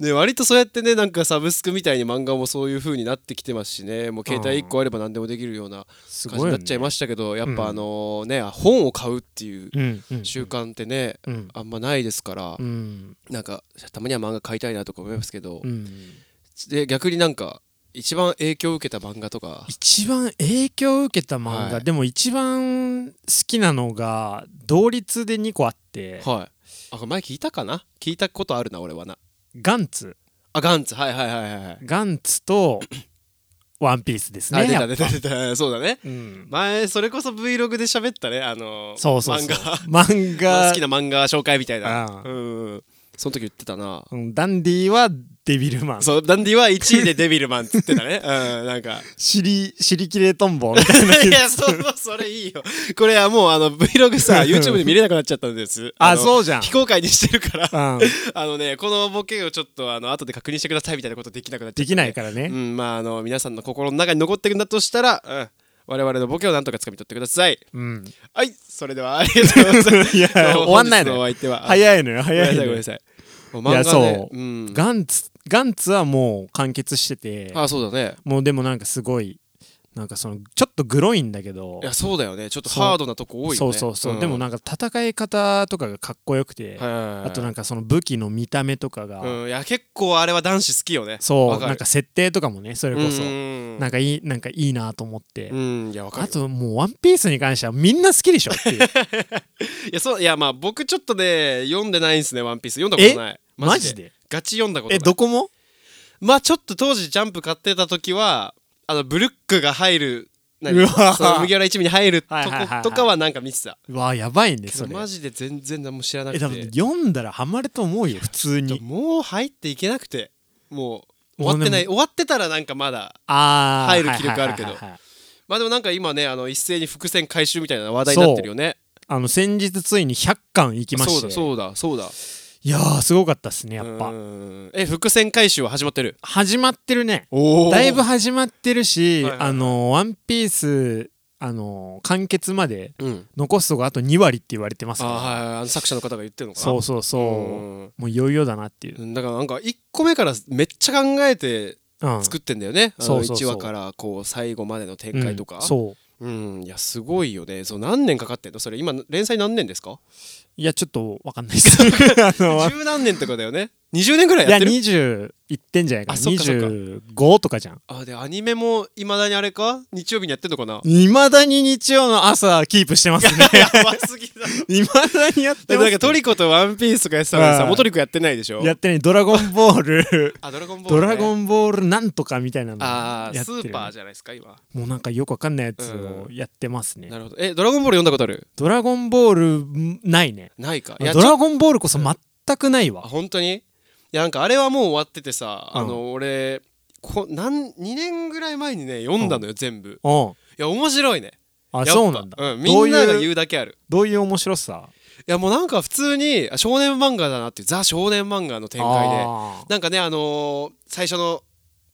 Speaker 2: ね割とそうやってねなんかサブスクみたいに漫画もそういう風になってきてますしねもう携帯1個あれば何でもできるような
Speaker 1: す
Speaker 2: 感じ
Speaker 1: ごいよ
Speaker 2: にな
Speaker 1: ね
Speaker 2: っちゃいましたけど、やっ
Speaker 1: うん
Speaker 2: ぱあのね本を買うっていう
Speaker 1: うんうん
Speaker 2: 習慣ってね、
Speaker 1: うん
Speaker 2: あんまないですから、
Speaker 1: うん
Speaker 2: なんかたまには漫画買いたいなとか思いますけど、
Speaker 1: うん
Speaker 2: で逆になんか一番影響を受けた漫画とか
Speaker 1: 一番影響を受けた漫画、
Speaker 2: はい
Speaker 1: でも一番好きなのが同率で2個あって
Speaker 2: はいあこれ前聞いたかな聞いたことあるな俺はな
Speaker 1: ガンツ
Speaker 2: あガンツはいはいはいはいはい
Speaker 1: ガンツ とワンピースですね
Speaker 2: あ出
Speaker 1: や
Speaker 2: た
Speaker 1: っ
Speaker 2: 出た出た そうだね
Speaker 1: ぱうん、
Speaker 2: 前それこそ Vlog で喋ったねあの
Speaker 1: そうそうそう
Speaker 2: 漫画
Speaker 1: 漫
Speaker 2: まあ
Speaker 1: 画
Speaker 2: 好きな漫画紹介みたい
Speaker 1: あ
Speaker 2: な
Speaker 1: あ
Speaker 2: うんその時言ってたな
Speaker 1: うんダンディはデビルマン
Speaker 2: そうダンディは1位でデビルマンっつってたね うんなんか
Speaker 1: シリシリキレトンボみたいな
Speaker 2: いや、そう、それいいよ。これはもう、あの、Vlog さ、YouTube で見れなくなっちゃったんです。
Speaker 1: あ
Speaker 2: の
Speaker 1: そうじゃん
Speaker 2: 非公開にしてるから。
Speaker 1: うん
Speaker 2: あのね、このボケをちょっと、あの、後で確認してくださいみたいなことできなくなっち
Speaker 1: で
Speaker 2: ゃった
Speaker 1: き
Speaker 2: ん
Speaker 1: ないからね、
Speaker 2: うん、まあ、あの、皆さんの心の中に残ってるんだとしたら、うん。我々のボケをなんとか掴み取ってください。
Speaker 1: うん、
Speaker 2: はい、それでは、ありがとうございま す。
Speaker 1: いや
Speaker 2: どうも
Speaker 1: 終わんないのよ
Speaker 2: 本日お相手は。い。
Speaker 1: 早いのよ
Speaker 2: ごめん
Speaker 1: 早
Speaker 2: ないさ
Speaker 1: の
Speaker 2: い、ごめん
Speaker 1: よ
Speaker 2: なさい。もう
Speaker 1: いや
Speaker 2: 漫画ね
Speaker 1: そ、う
Speaker 2: うん。
Speaker 1: ガンツガンツはもう完結してて
Speaker 2: あ、そうだね。
Speaker 1: もうでもなんかすごいなんかそのちょっとグロいんだけど
Speaker 2: いや、そうだよね。ちょっとハードなとこ多いよね。
Speaker 1: そうそうそう、
Speaker 2: ん
Speaker 1: でも、なんか戦い方とかがかっこよくて、
Speaker 2: はいはいはいはい
Speaker 1: あとなんかその武器の見た目とかが、
Speaker 2: うん、いや結構あれは男子好きよね
Speaker 1: そう
Speaker 2: わか
Speaker 1: なん
Speaker 2: る
Speaker 1: か設定とかもねそれこそ、
Speaker 2: うん
Speaker 1: なんかいいなんかいいなと思って、
Speaker 2: うんいやわ
Speaker 1: あ
Speaker 2: かるよ
Speaker 1: ともう「ワンピースに関してはみんな好きでしょって いう
Speaker 2: いやそういやまあ僕ちょっとね読んでないんすね「ワンピース読んだことない
Speaker 1: マジで
Speaker 2: ガチ読んだことない
Speaker 1: えどこも
Speaker 2: まあちょっと当時ジャンプ買ってた時はあのブルックが入る何
Speaker 1: うわ
Speaker 2: その麦わら一味に入るとこ
Speaker 1: はいはいはいはい
Speaker 2: とかはなんか見てた
Speaker 1: うわやばいね
Speaker 2: け
Speaker 1: そ
Speaker 2: ど
Speaker 1: れ
Speaker 2: マジで全然何も知らなく
Speaker 1: え多分
Speaker 2: て
Speaker 1: 読んだらハマると思うよ普通に
Speaker 2: もう入っていけなくてもう終わってない
Speaker 1: 俺
Speaker 2: 終わってたらなんかまだ
Speaker 1: ああ
Speaker 2: 入る気力あるけど
Speaker 1: はいはいはいはい
Speaker 2: まあでもなんか今ねあの一斉に伏線回収みたいな話題になってるよね
Speaker 1: あの先日ついに100巻いきま
Speaker 2: そう
Speaker 1: し
Speaker 2: だ
Speaker 1: て
Speaker 2: そうだそうだ
Speaker 1: いやーすごかったっすねやっぱ
Speaker 2: うんえ伏線回収は始まってる
Speaker 1: 始まってるね
Speaker 2: お
Speaker 1: だいぶ始まってるし「
Speaker 2: はいはいはい
Speaker 1: あのワンピースあの完結まで
Speaker 2: うん
Speaker 1: 残すとこあと2割って言われてます
Speaker 2: あ
Speaker 1: から
Speaker 2: はいはいあの作者の方が言ってるのかな
Speaker 1: そうそうそう
Speaker 2: うん
Speaker 1: もういよいよだなっていう、
Speaker 2: だからなんか1個目からめっちゃ考えて
Speaker 1: うん、
Speaker 2: 作ってんだよね、あ
Speaker 1: そ
Speaker 2: の
Speaker 1: うそう
Speaker 2: 1
Speaker 1: そう
Speaker 2: 話からこう最後までの展開とか、
Speaker 1: うんそう
Speaker 2: うんいやすごいよねそう何年かかってんのそれ今連載何年ですか
Speaker 1: いやちょっとわかんないです あの
Speaker 2: 十何年とかだよね20年ぐらい
Speaker 1: いや
Speaker 2: やってる
Speaker 1: 20いってんじゃないかな
Speaker 2: あそっかそっか
Speaker 1: 25とかじゃん
Speaker 2: あでアニメもいまだにあれか日曜日にやってんのかな
Speaker 1: いまだに日曜の朝キープしてますね
Speaker 2: やばすぎ だろ
Speaker 1: いまだにやって
Speaker 2: で
Speaker 1: ま
Speaker 2: もな
Speaker 1: す
Speaker 2: んかトリコとワンピースとかやってたのにさ
Speaker 1: うん
Speaker 2: もうトリコやってないでしょ
Speaker 1: やってねドラゴンボー ル
Speaker 2: あドラゴンボー
Speaker 1: ド
Speaker 2: ル、ね、
Speaker 1: ラゴンボールなんとかみたいなの
Speaker 2: あ
Speaker 1: やって
Speaker 2: ー
Speaker 1: る
Speaker 2: スーパーじゃないですか今
Speaker 1: もうなんかよくわかんないやつをやってますね、
Speaker 2: なるほどえドラゴンボール読んだことある
Speaker 1: ドラゴンボールんないね
Speaker 2: ないかいや
Speaker 1: ド
Speaker 2: ちょ
Speaker 1: ラゴンボールこそ全くない
Speaker 2: あ
Speaker 1: わ
Speaker 2: 本当にいやなんかあれはもう終わっててさ、
Speaker 1: うん
Speaker 2: あの俺こなん2年ぐらい前にね読んだのよ、全部
Speaker 1: うん
Speaker 2: いや面白いね
Speaker 1: あ
Speaker 2: やっぱ
Speaker 1: そうなんだ、
Speaker 2: うん、みんな
Speaker 1: ど
Speaker 2: が
Speaker 1: ういう
Speaker 2: 言うだけある
Speaker 1: どういう面白さ
Speaker 2: いやもうなんか普通にあ少年漫画だなっていうザ少年漫画の展開で
Speaker 1: あー
Speaker 2: なんかねあのー最初の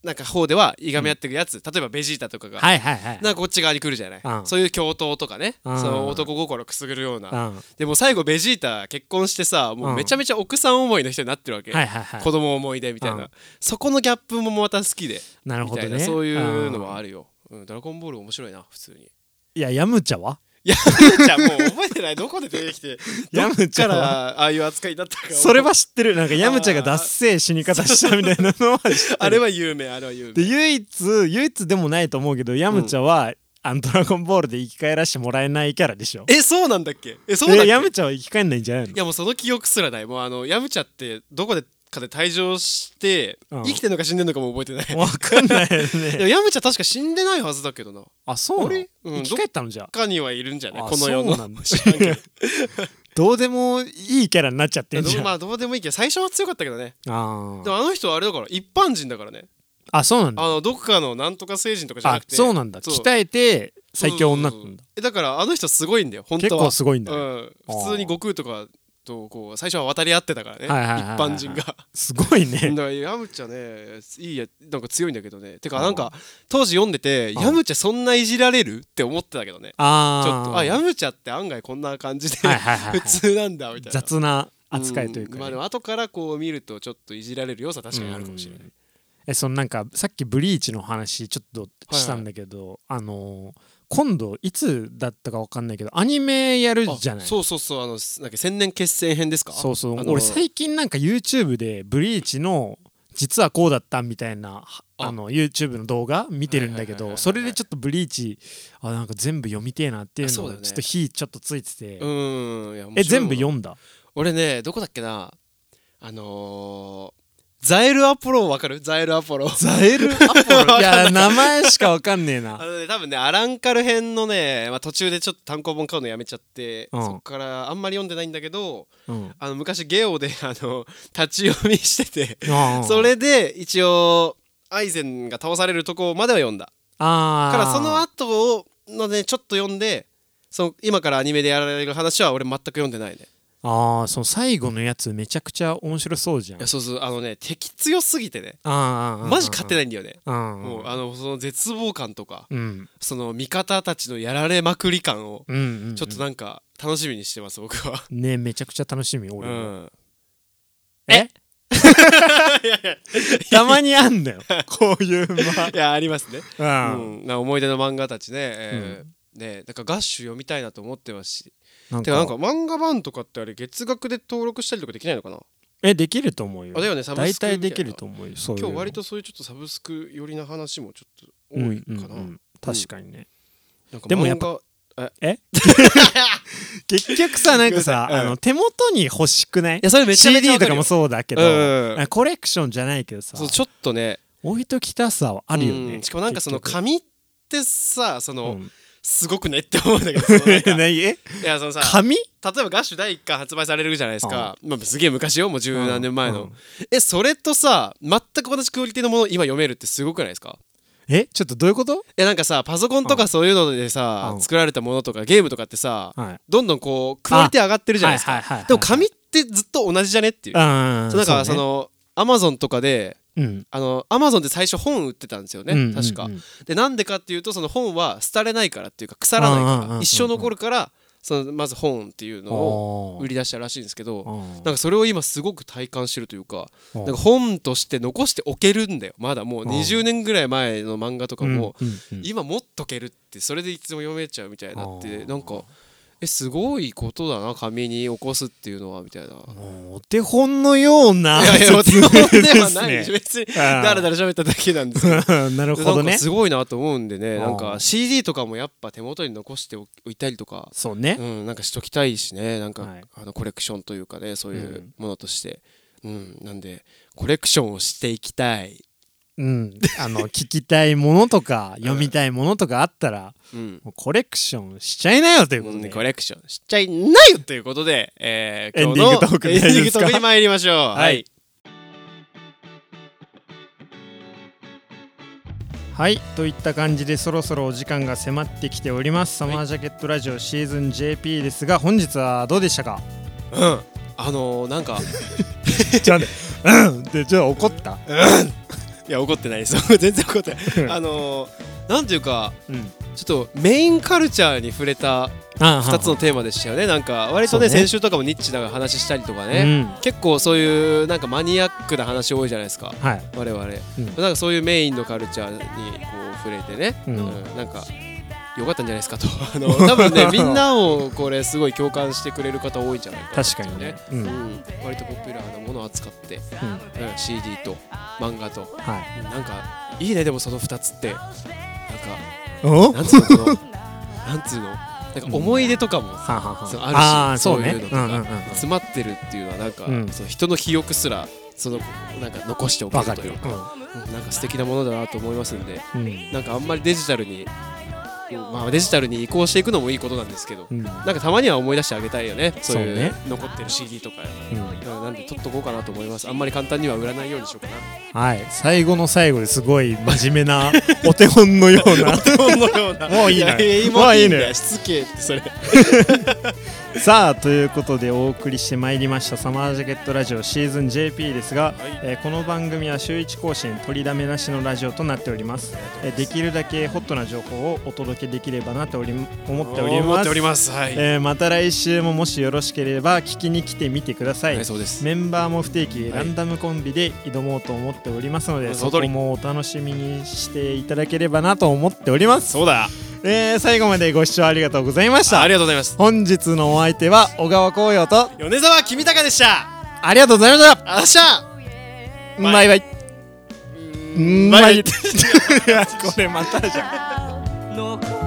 Speaker 2: なんか方ではいがみ合ってくやつ、例えばベジータとかが、
Speaker 1: はいはいはい
Speaker 2: なんかこっち側に来るじゃない、
Speaker 1: うん
Speaker 2: そういう共闘とかね、
Speaker 1: うん
Speaker 2: その男心くすぐるような、
Speaker 1: うん
Speaker 2: でも最後ベジータ結婚してさもうめちゃめちゃ奥さん思いの人になってるわけ、
Speaker 1: はいはいはい
Speaker 2: 子供思い出みたいな、
Speaker 1: うん
Speaker 2: そこのギャップもまた好きで
Speaker 1: なる
Speaker 2: み
Speaker 1: ほ
Speaker 2: た
Speaker 1: ど
Speaker 2: いな、
Speaker 1: ね
Speaker 2: そういうのは
Speaker 1: あー
Speaker 2: あるよ、うん、ドラゴンボール面白いな普通に
Speaker 1: いやヤムチャはい
Speaker 2: やじゃあもう覚えてないどこで出て きて
Speaker 1: ヤムチャ
Speaker 2: か
Speaker 1: は
Speaker 2: らああいう扱いになった か
Speaker 1: それは知ってるなんかヤムチャが脱製死に方したみたいなのは知 ってる
Speaker 2: あれは有名あれは有
Speaker 1: で
Speaker 2: 名
Speaker 1: 唯一唯一でもないと思うけどヤムチャは、あのドラゴンボールで生き返らしてもらえないキャラでしょ
Speaker 2: えそうなんだっけえそうだっけ
Speaker 1: え
Speaker 2: い
Speaker 1: ヤ
Speaker 2: や
Speaker 1: ムチャは生き返んないんじゃないの
Speaker 2: もうその記憶すらないもうあのヤムチャってどこでかで退場して、
Speaker 1: うん
Speaker 2: 生きてんのか死んでんのかも覚え てない
Speaker 1: わかんないよ
Speaker 2: で
Speaker 1: ね
Speaker 2: もヤムチャ確か死んでないはずだけどな
Speaker 1: あそうなの
Speaker 2: うん
Speaker 1: 生き返ったのじゃあ
Speaker 2: 他にはいるんじゃない
Speaker 1: あ
Speaker 2: この世
Speaker 1: そ
Speaker 2: の
Speaker 1: うなんだ
Speaker 2: 知らんけど
Speaker 1: どうでもいいキャラになっちゃってんじゃん、
Speaker 2: まあ どうでもいいけど最初は強かったけどね
Speaker 1: あ
Speaker 2: で
Speaker 1: ー
Speaker 2: もあの人はあれだから一般人だからね
Speaker 1: あそうなんだ
Speaker 2: あのどっかのなんとか成人とかじゃ
Speaker 1: あ
Speaker 2: なくて
Speaker 1: そうなんだ
Speaker 2: そう
Speaker 1: 鍛えて最強になった
Speaker 2: そうん
Speaker 1: だ
Speaker 2: そうそうえだからあの人すごいんだよ本
Speaker 1: 結
Speaker 2: 当は
Speaker 1: 構すごいんだ、ね
Speaker 2: うん、普通に悟空とかとこう最初は渡り合ってたからね、
Speaker 1: はいはいはいはいはい
Speaker 2: 一般人が
Speaker 1: すごい
Speaker 2: だ
Speaker 1: ね
Speaker 2: からヤムチャねいいやなんか強いんだけどねてかなんか当時読んでて
Speaker 1: うん
Speaker 2: ヤムチャそんないじられるって思ってたけどねち
Speaker 1: あ
Speaker 2: ょっとあヤ
Speaker 1: め
Speaker 2: ムチャって案外こんな感じで
Speaker 1: はいはいはいはい
Speaker 2: 普通なんだみたいな
Speaker 1: 雑な扱いというか、
Speaker 2: ん
Speaker 1: ね
Speaker 2: まあでも後からこう見るとちょっといじられる要素は確かにあるかもしれない、
Speaker 1: うんえそのなんかさっきブリーチの話ちょっとしたんだけど、あのー今度いつだったかわかんないけどアニメやる
Speaker 2: あ
Speaker 1: じゃない
Speaker 2: そうそうそうあのすなんか千年決戦編ですか
Speaker 1: そうそう
Speaker 2: あの
Speaker 1: 俺最近なんか YouTube でブリーチの実はこうだったみたいなは
Speaker 2: あ
Speaker 1: あの YouTube の動画見てるんだけ
Speaker 2: はいはいはいはいは
Speaker 1: ど
Speaker 2: い
Speaker 1: それでちょっとブリーチあなんか全部読みてえなっていう
Speaker 2: あそ
Speaker 1: の
Speaker 2: うだ
Speaker 1: を
Speaker 2: よね
Speaker 1: ちょっと火ちょっとついてて、
Speaker 2: うんいや面白いもん
Speaker 1: え全部読んだ
Speaker 2: 俺ねどこだっけなあのー、ザエルアポロわかるザエルアポロ
Speaker 1: ザエルアポロ いや名前しかわかんねえ
Speaker 2: あ
Speaker 1: な
Speaker 2: のね多分ねアランカル編のね、まあ、途中でちょっと単行本買うのやめちゃって、
Speaker 1: うん
Speaker 2: そっからあんまり読んでないんだけど
Speaker 1: うん
Speaker 2: あの昔ゲオであの立ち読みしてて
Speaker 1: あー
Speaker 2: それで一応アイゼンが倒されるとこまでは読んだ
Speaker 1: あー
Speaker 2: からその後をのねちょっと読んでその今からアニメでやられる話は俺全く読んでないね
Speaker 1: ああその最後のやつめちゃくちゃ面白そうじゃん
Speaker 2: いやそうそうあのね敵強すぎてね
Speaker 1: あーあ
Speaker 2: マジ勝て
Speaker 1: ない
Speaker 2: ないんだよね
Speaker 1: うん
Speaker 2: もうあのその絶望感とか
Speaker 1: うん
Speaker 2: その味方たちのやられまくり感を
Speaker 1: うんうんうん
Speaker 2: ちょっとなんか楽しみにしてます僕は。
Speaker 1: ねめちゃくちゃ楽しみ俺
Speaker 2: う
Speaker 1: も
Speaker 2: ん、
Speaker 1: えたまにあん だよこういう
Speaker 2: いやありますね、う
Speaker 1: 間うん
Speaker 2: ん、な思い出の漫画たちね、えーねなんかガッシュ読みたいなと思ってますし
Speaker 1: なん
Speaker 2: てかなんか漫画版とかってあれ月額で登録したりとかできないのかな
Speaker 1: えできると思うよ
Speaker 2: あだよねサブ
Speaker 1: 大
Speaker 2: スクみたい
Speaker 1: 体
Speaker 2: な
Speaker 1: できると思うよそういう
Speaker 2: 今
Speaker 1: の
Speaker 2: 日割とそういうちょっとサブスク寄りな話もちょっと多
Speaker 1: うん
Speaker 2: いか
Speaker 1: うん
Speaker 2: な,、
Speaker 1: うん確かにね
Speaker 2: なんか
Speaker 1: でもやっ
Speaker 2: ぱ
Speaker 1: 結局さなんかさ
Speaker 2: ごめんなさい
Speaker 1: あの手元に欲しくない
Speaker 2: やそれめちゃめちゃ
Speaker 1: CD
Speaker 2: わ
Speaker 1: と
Speaker 2: かる
Speaker 1: か
Speaker 2: よ
Speaker 1: もそうだけど
Speaker 2: うん
Speaker 1: あコレクションじゃないけどさ
Speaker 2: そうちょっとね
Speaker 1: 置いときたさはあるよ
Speaker 2: う
Speaker 1: ね
Speaker 2: んしかもなんかその
Speaker 1: 結局
Speaker 2: 紙ってさその、
Speaker 1: うん
Speaker 2: すごくねって思うんだけどそのな んか
Speaker 1: 何え
Speaker 2: いやそのさ
Speaker 1: 紙
Speaker 2: 例えばガッシュ第1巻発売されるじゃないですか、まあ、すげえ昔よもう十何年前の、
Speaker 1: うん
Speaker 2: えそれとさ全く同じクオリティのものを今読めるってすごくないですか
Speaker 1: えちょっとどういうこと
Speaker 2: えなんかさパソコンとかそういうのでさ
Speaker 1: うん
Speaker 2: 作られたものとかゲームとかってさ
Speaker 1: はい
Speaker 2: どんどんこうクオリティ上がってるじゃないです
Speaker 1: あはいはいはいは
Speaker 2: か
Speaker 1: い
Speaker 2: でも紙ってずっと同じじゃねっていう
Speaker 1: あ
Speaker 2: そうなんかそ
Speaker 1: ね
Speaker 2: のアマゾンとかで
Speaker 1: うん
Speaker 2: あのアマゾンで最初本売ってたんですよね、
Speaker 1: うんうんうん
Speaker 2: 確かでなんでかっていうとその本は廃れないからっていうか腐らない
Speaker 1: うんうんうんう
Speaker 2: か
Speaker 1: んう
Speaker 2: ら
Speaker 1: ん
Speaker 2: 一生残るからそのまず本っていうのを売り出したらしいんですけどなんかそれを今すごく体感してるというか
Speaker 1: うん
Speaker 2: なんか本として残しておけるんだよまだもう
Speaker 1: うん
Speaker 2: 20年ぐらい前の漫画とかも
Speaker 1: うんうんうん
Speaker 2: 今持っとけるってそれでいつも読めちゃうみたいになっ
Speaker 1: う
Speaker 2: て
Speaker 1: ん
Speaker 2: なんかえすごいことだな紙に起こすっていうのはみたいな。
Speaker 1: もうお手本のよう ない
Speaker 2: やいや、お手本ではないで
Speaker 1: ですす
Speaker 2: よ
Speaker 1: ね
Speaker 2: 別
Speaker 1: あ
Speaker 2: に、
Speaker 1: ー
Speaker 2: だらだら喋っただけなんですけど
Speaker 1: なる
Speaker 2: で
Speaker 1: ほ
Speaker 2: な
Speaker 1: ど
Speaker 2: んか
Speaker 1: ね
Speaker 2: すごいなと思うんでねなん
Speaker 1: あ
Speaker 2: か
Speaker 1: ー
Speaker 2: CD とかもやっぱ手元に残しておいたりとか、
Speaker 1: そうね
Speaker 2: うん、なんかしときたいしねなんか、
Speaker 1: はい
Speaker 2: あのコレクションというかねそういううんものとして、うんなんでコレクションをしていきたい、
Speaker 1: うんあの聞きたいものとか読みたいものとかあったら
Speaker 2: うん
Speaker 1: もうコレクションしちゃいなよというこ
Speaker 2: う
Speaker 1: とで
Speaker 2: んコレクションしちゃいないよということで、えー、今日の
Speaker 1: エンディングトーク
Speaker 2: エン
Speaker 1: みた
Speaker 2: デ
Speaker 1: い
Speaker 2: ィン
Speaker 1: で
Speaker 2: グ
Speaker 1: す
Speaker 2: ト
Speaker 1: か
Speaker 2: ークに参りましょう
Speaker 1: はいはいといった感じでそろそろお時間が迫ってきておりますサ
Speaker 2: い
Speaker 1: マージャケットラジオシーズン JP ですが本日はどうでした か
Speaker 2: うんあのー、なんか
Speaker 1: じゃあねうん でじゃあ怒った
Speaker 2: いや怒ってないです 全然怒って ないあのー、なんていうか
Speaker 1: うん
Speaker 2: ちょっとメインカルチャーに触れた2つのテーマでしたよねなんか割
Speaker 1: そ
Speaker 2: とね
Speaker 1: うね
Speaker 2: 先週とかもニッチな話したりとか
Speaker 1: う
Speaker 2: ね、
Speaker 1: ん
Speaker 2: 結構そういうなんかマニアックな話多いじゃないですか
Speaker 1: はい
Speaker 2: 我々、
Speaker 1: うん
Speaker 2: なんかそういうメインのカルチャーにこう触れてね、
Speaker 1: うん
Speaker 2: うんなんか良かったんじゃないですかと あの多分ねみんなをこれすごい共感してくれる方多いんじゃないかな
Speaker 1: 確かにねう
Speaker 2: うんん、割とポピュラーなものを扱って、うん
Speaker 1: うん
Speaker 2: CD と漫画と
Speaker 1: はい
Speaker 2: なんかいいねでもその2つってなんか
Speaker 1: お
Speaker 2: なんつうのこのなんつうのなんか思い出とかもさ、そうあ
Speaker 1: あー
Speaker 2: るし
Speaker 1: そ
Speaker 2: そううい
Speaker 1: ね
Speaker 2: うのと
Speaker 1: うんうんうん
Speaker 2: か詰まってるっていうのはなんか、
Speaker 1: うん
Speaker 2: その人の記憶すらそのなんか残しておく
Speaker 1: わか
Speaker 2: と
Speaker 1: る
Speaker 2: いう
Speaker 1: よ
Speaker 2: かうんなんか素敵なものだなと思いますんで
Speaker 1: うんうん
Speaker 2: なんかあんまりデジタルに、まあ、デジタルに移行していくのもいいことなんですけど、
Speaker 1: うん
Speaker 2: なんかたまには思い出してあげたいよねそういう
Speaker 1: そうね
Speaker 2: 残ってる CD とか、
Speaker 1: うん
Speaker 2: うんなんで取っとこうかなと思いますあんまり簡単には売らないようにしようかな
Speaker 1: はい、最後の最後ですごい真面目なお手本のよう な
Speaker 2: このよう な
Speaker 1: もういいね
Speaker 2: やや
Speaker 1: も
Speaker 2: もう
Speaker 1: う
Speaker 2: い
Speaker 1: い
Speaker 2: い
Speaker 1: いね
Speaker 2: んだよ失敬ってそれ
Speaker 1: さあということでお送りしてまいりました「サマージャケットラジオシーズン JP」ですが、えーこの番組は週1更新取りだめなしのラジオとなっております、えーできるだけホットな情報をお届けできればなとおり思っており
Speaker 2: 思
Speaker 1: ま
Speaker 2: って
Speaker 1: す
Speaker 2: おりますはい、
Speaker 1: えーまた来週ももしよろしければ聞きに来てみてください、
Speaker 2: はいそうです
Speaker 1: メンバーも不定期、
Speaker 2: はい
Speaker 1: ランダムコンビで挑もうと思っておりますので
Speaker 2: そ
Speaker 1: そ
Speaker 2: の通
Speaker 1: こ
Speaker 2: り
Speaker 1: もお楽しみにしていただければなと思っております
Speaker 2: そうだ
Speaker 1: えー最後までご視聴ありがとうございまし
Speaker 2: あ
Speaker 1: た
Speaker 2: りがとうございます
Speaker 1: 本日のお相手は小川光陽と
Speaker 2: 米沢君高でした
Speaker 1: ありがとうございました
Speaker 2: あっしゃバイ
Speaker 1: バイバイうーん
Speaker 2: バ イ
Speaker 1: バイこれまたじゃん
Speaker 3: 残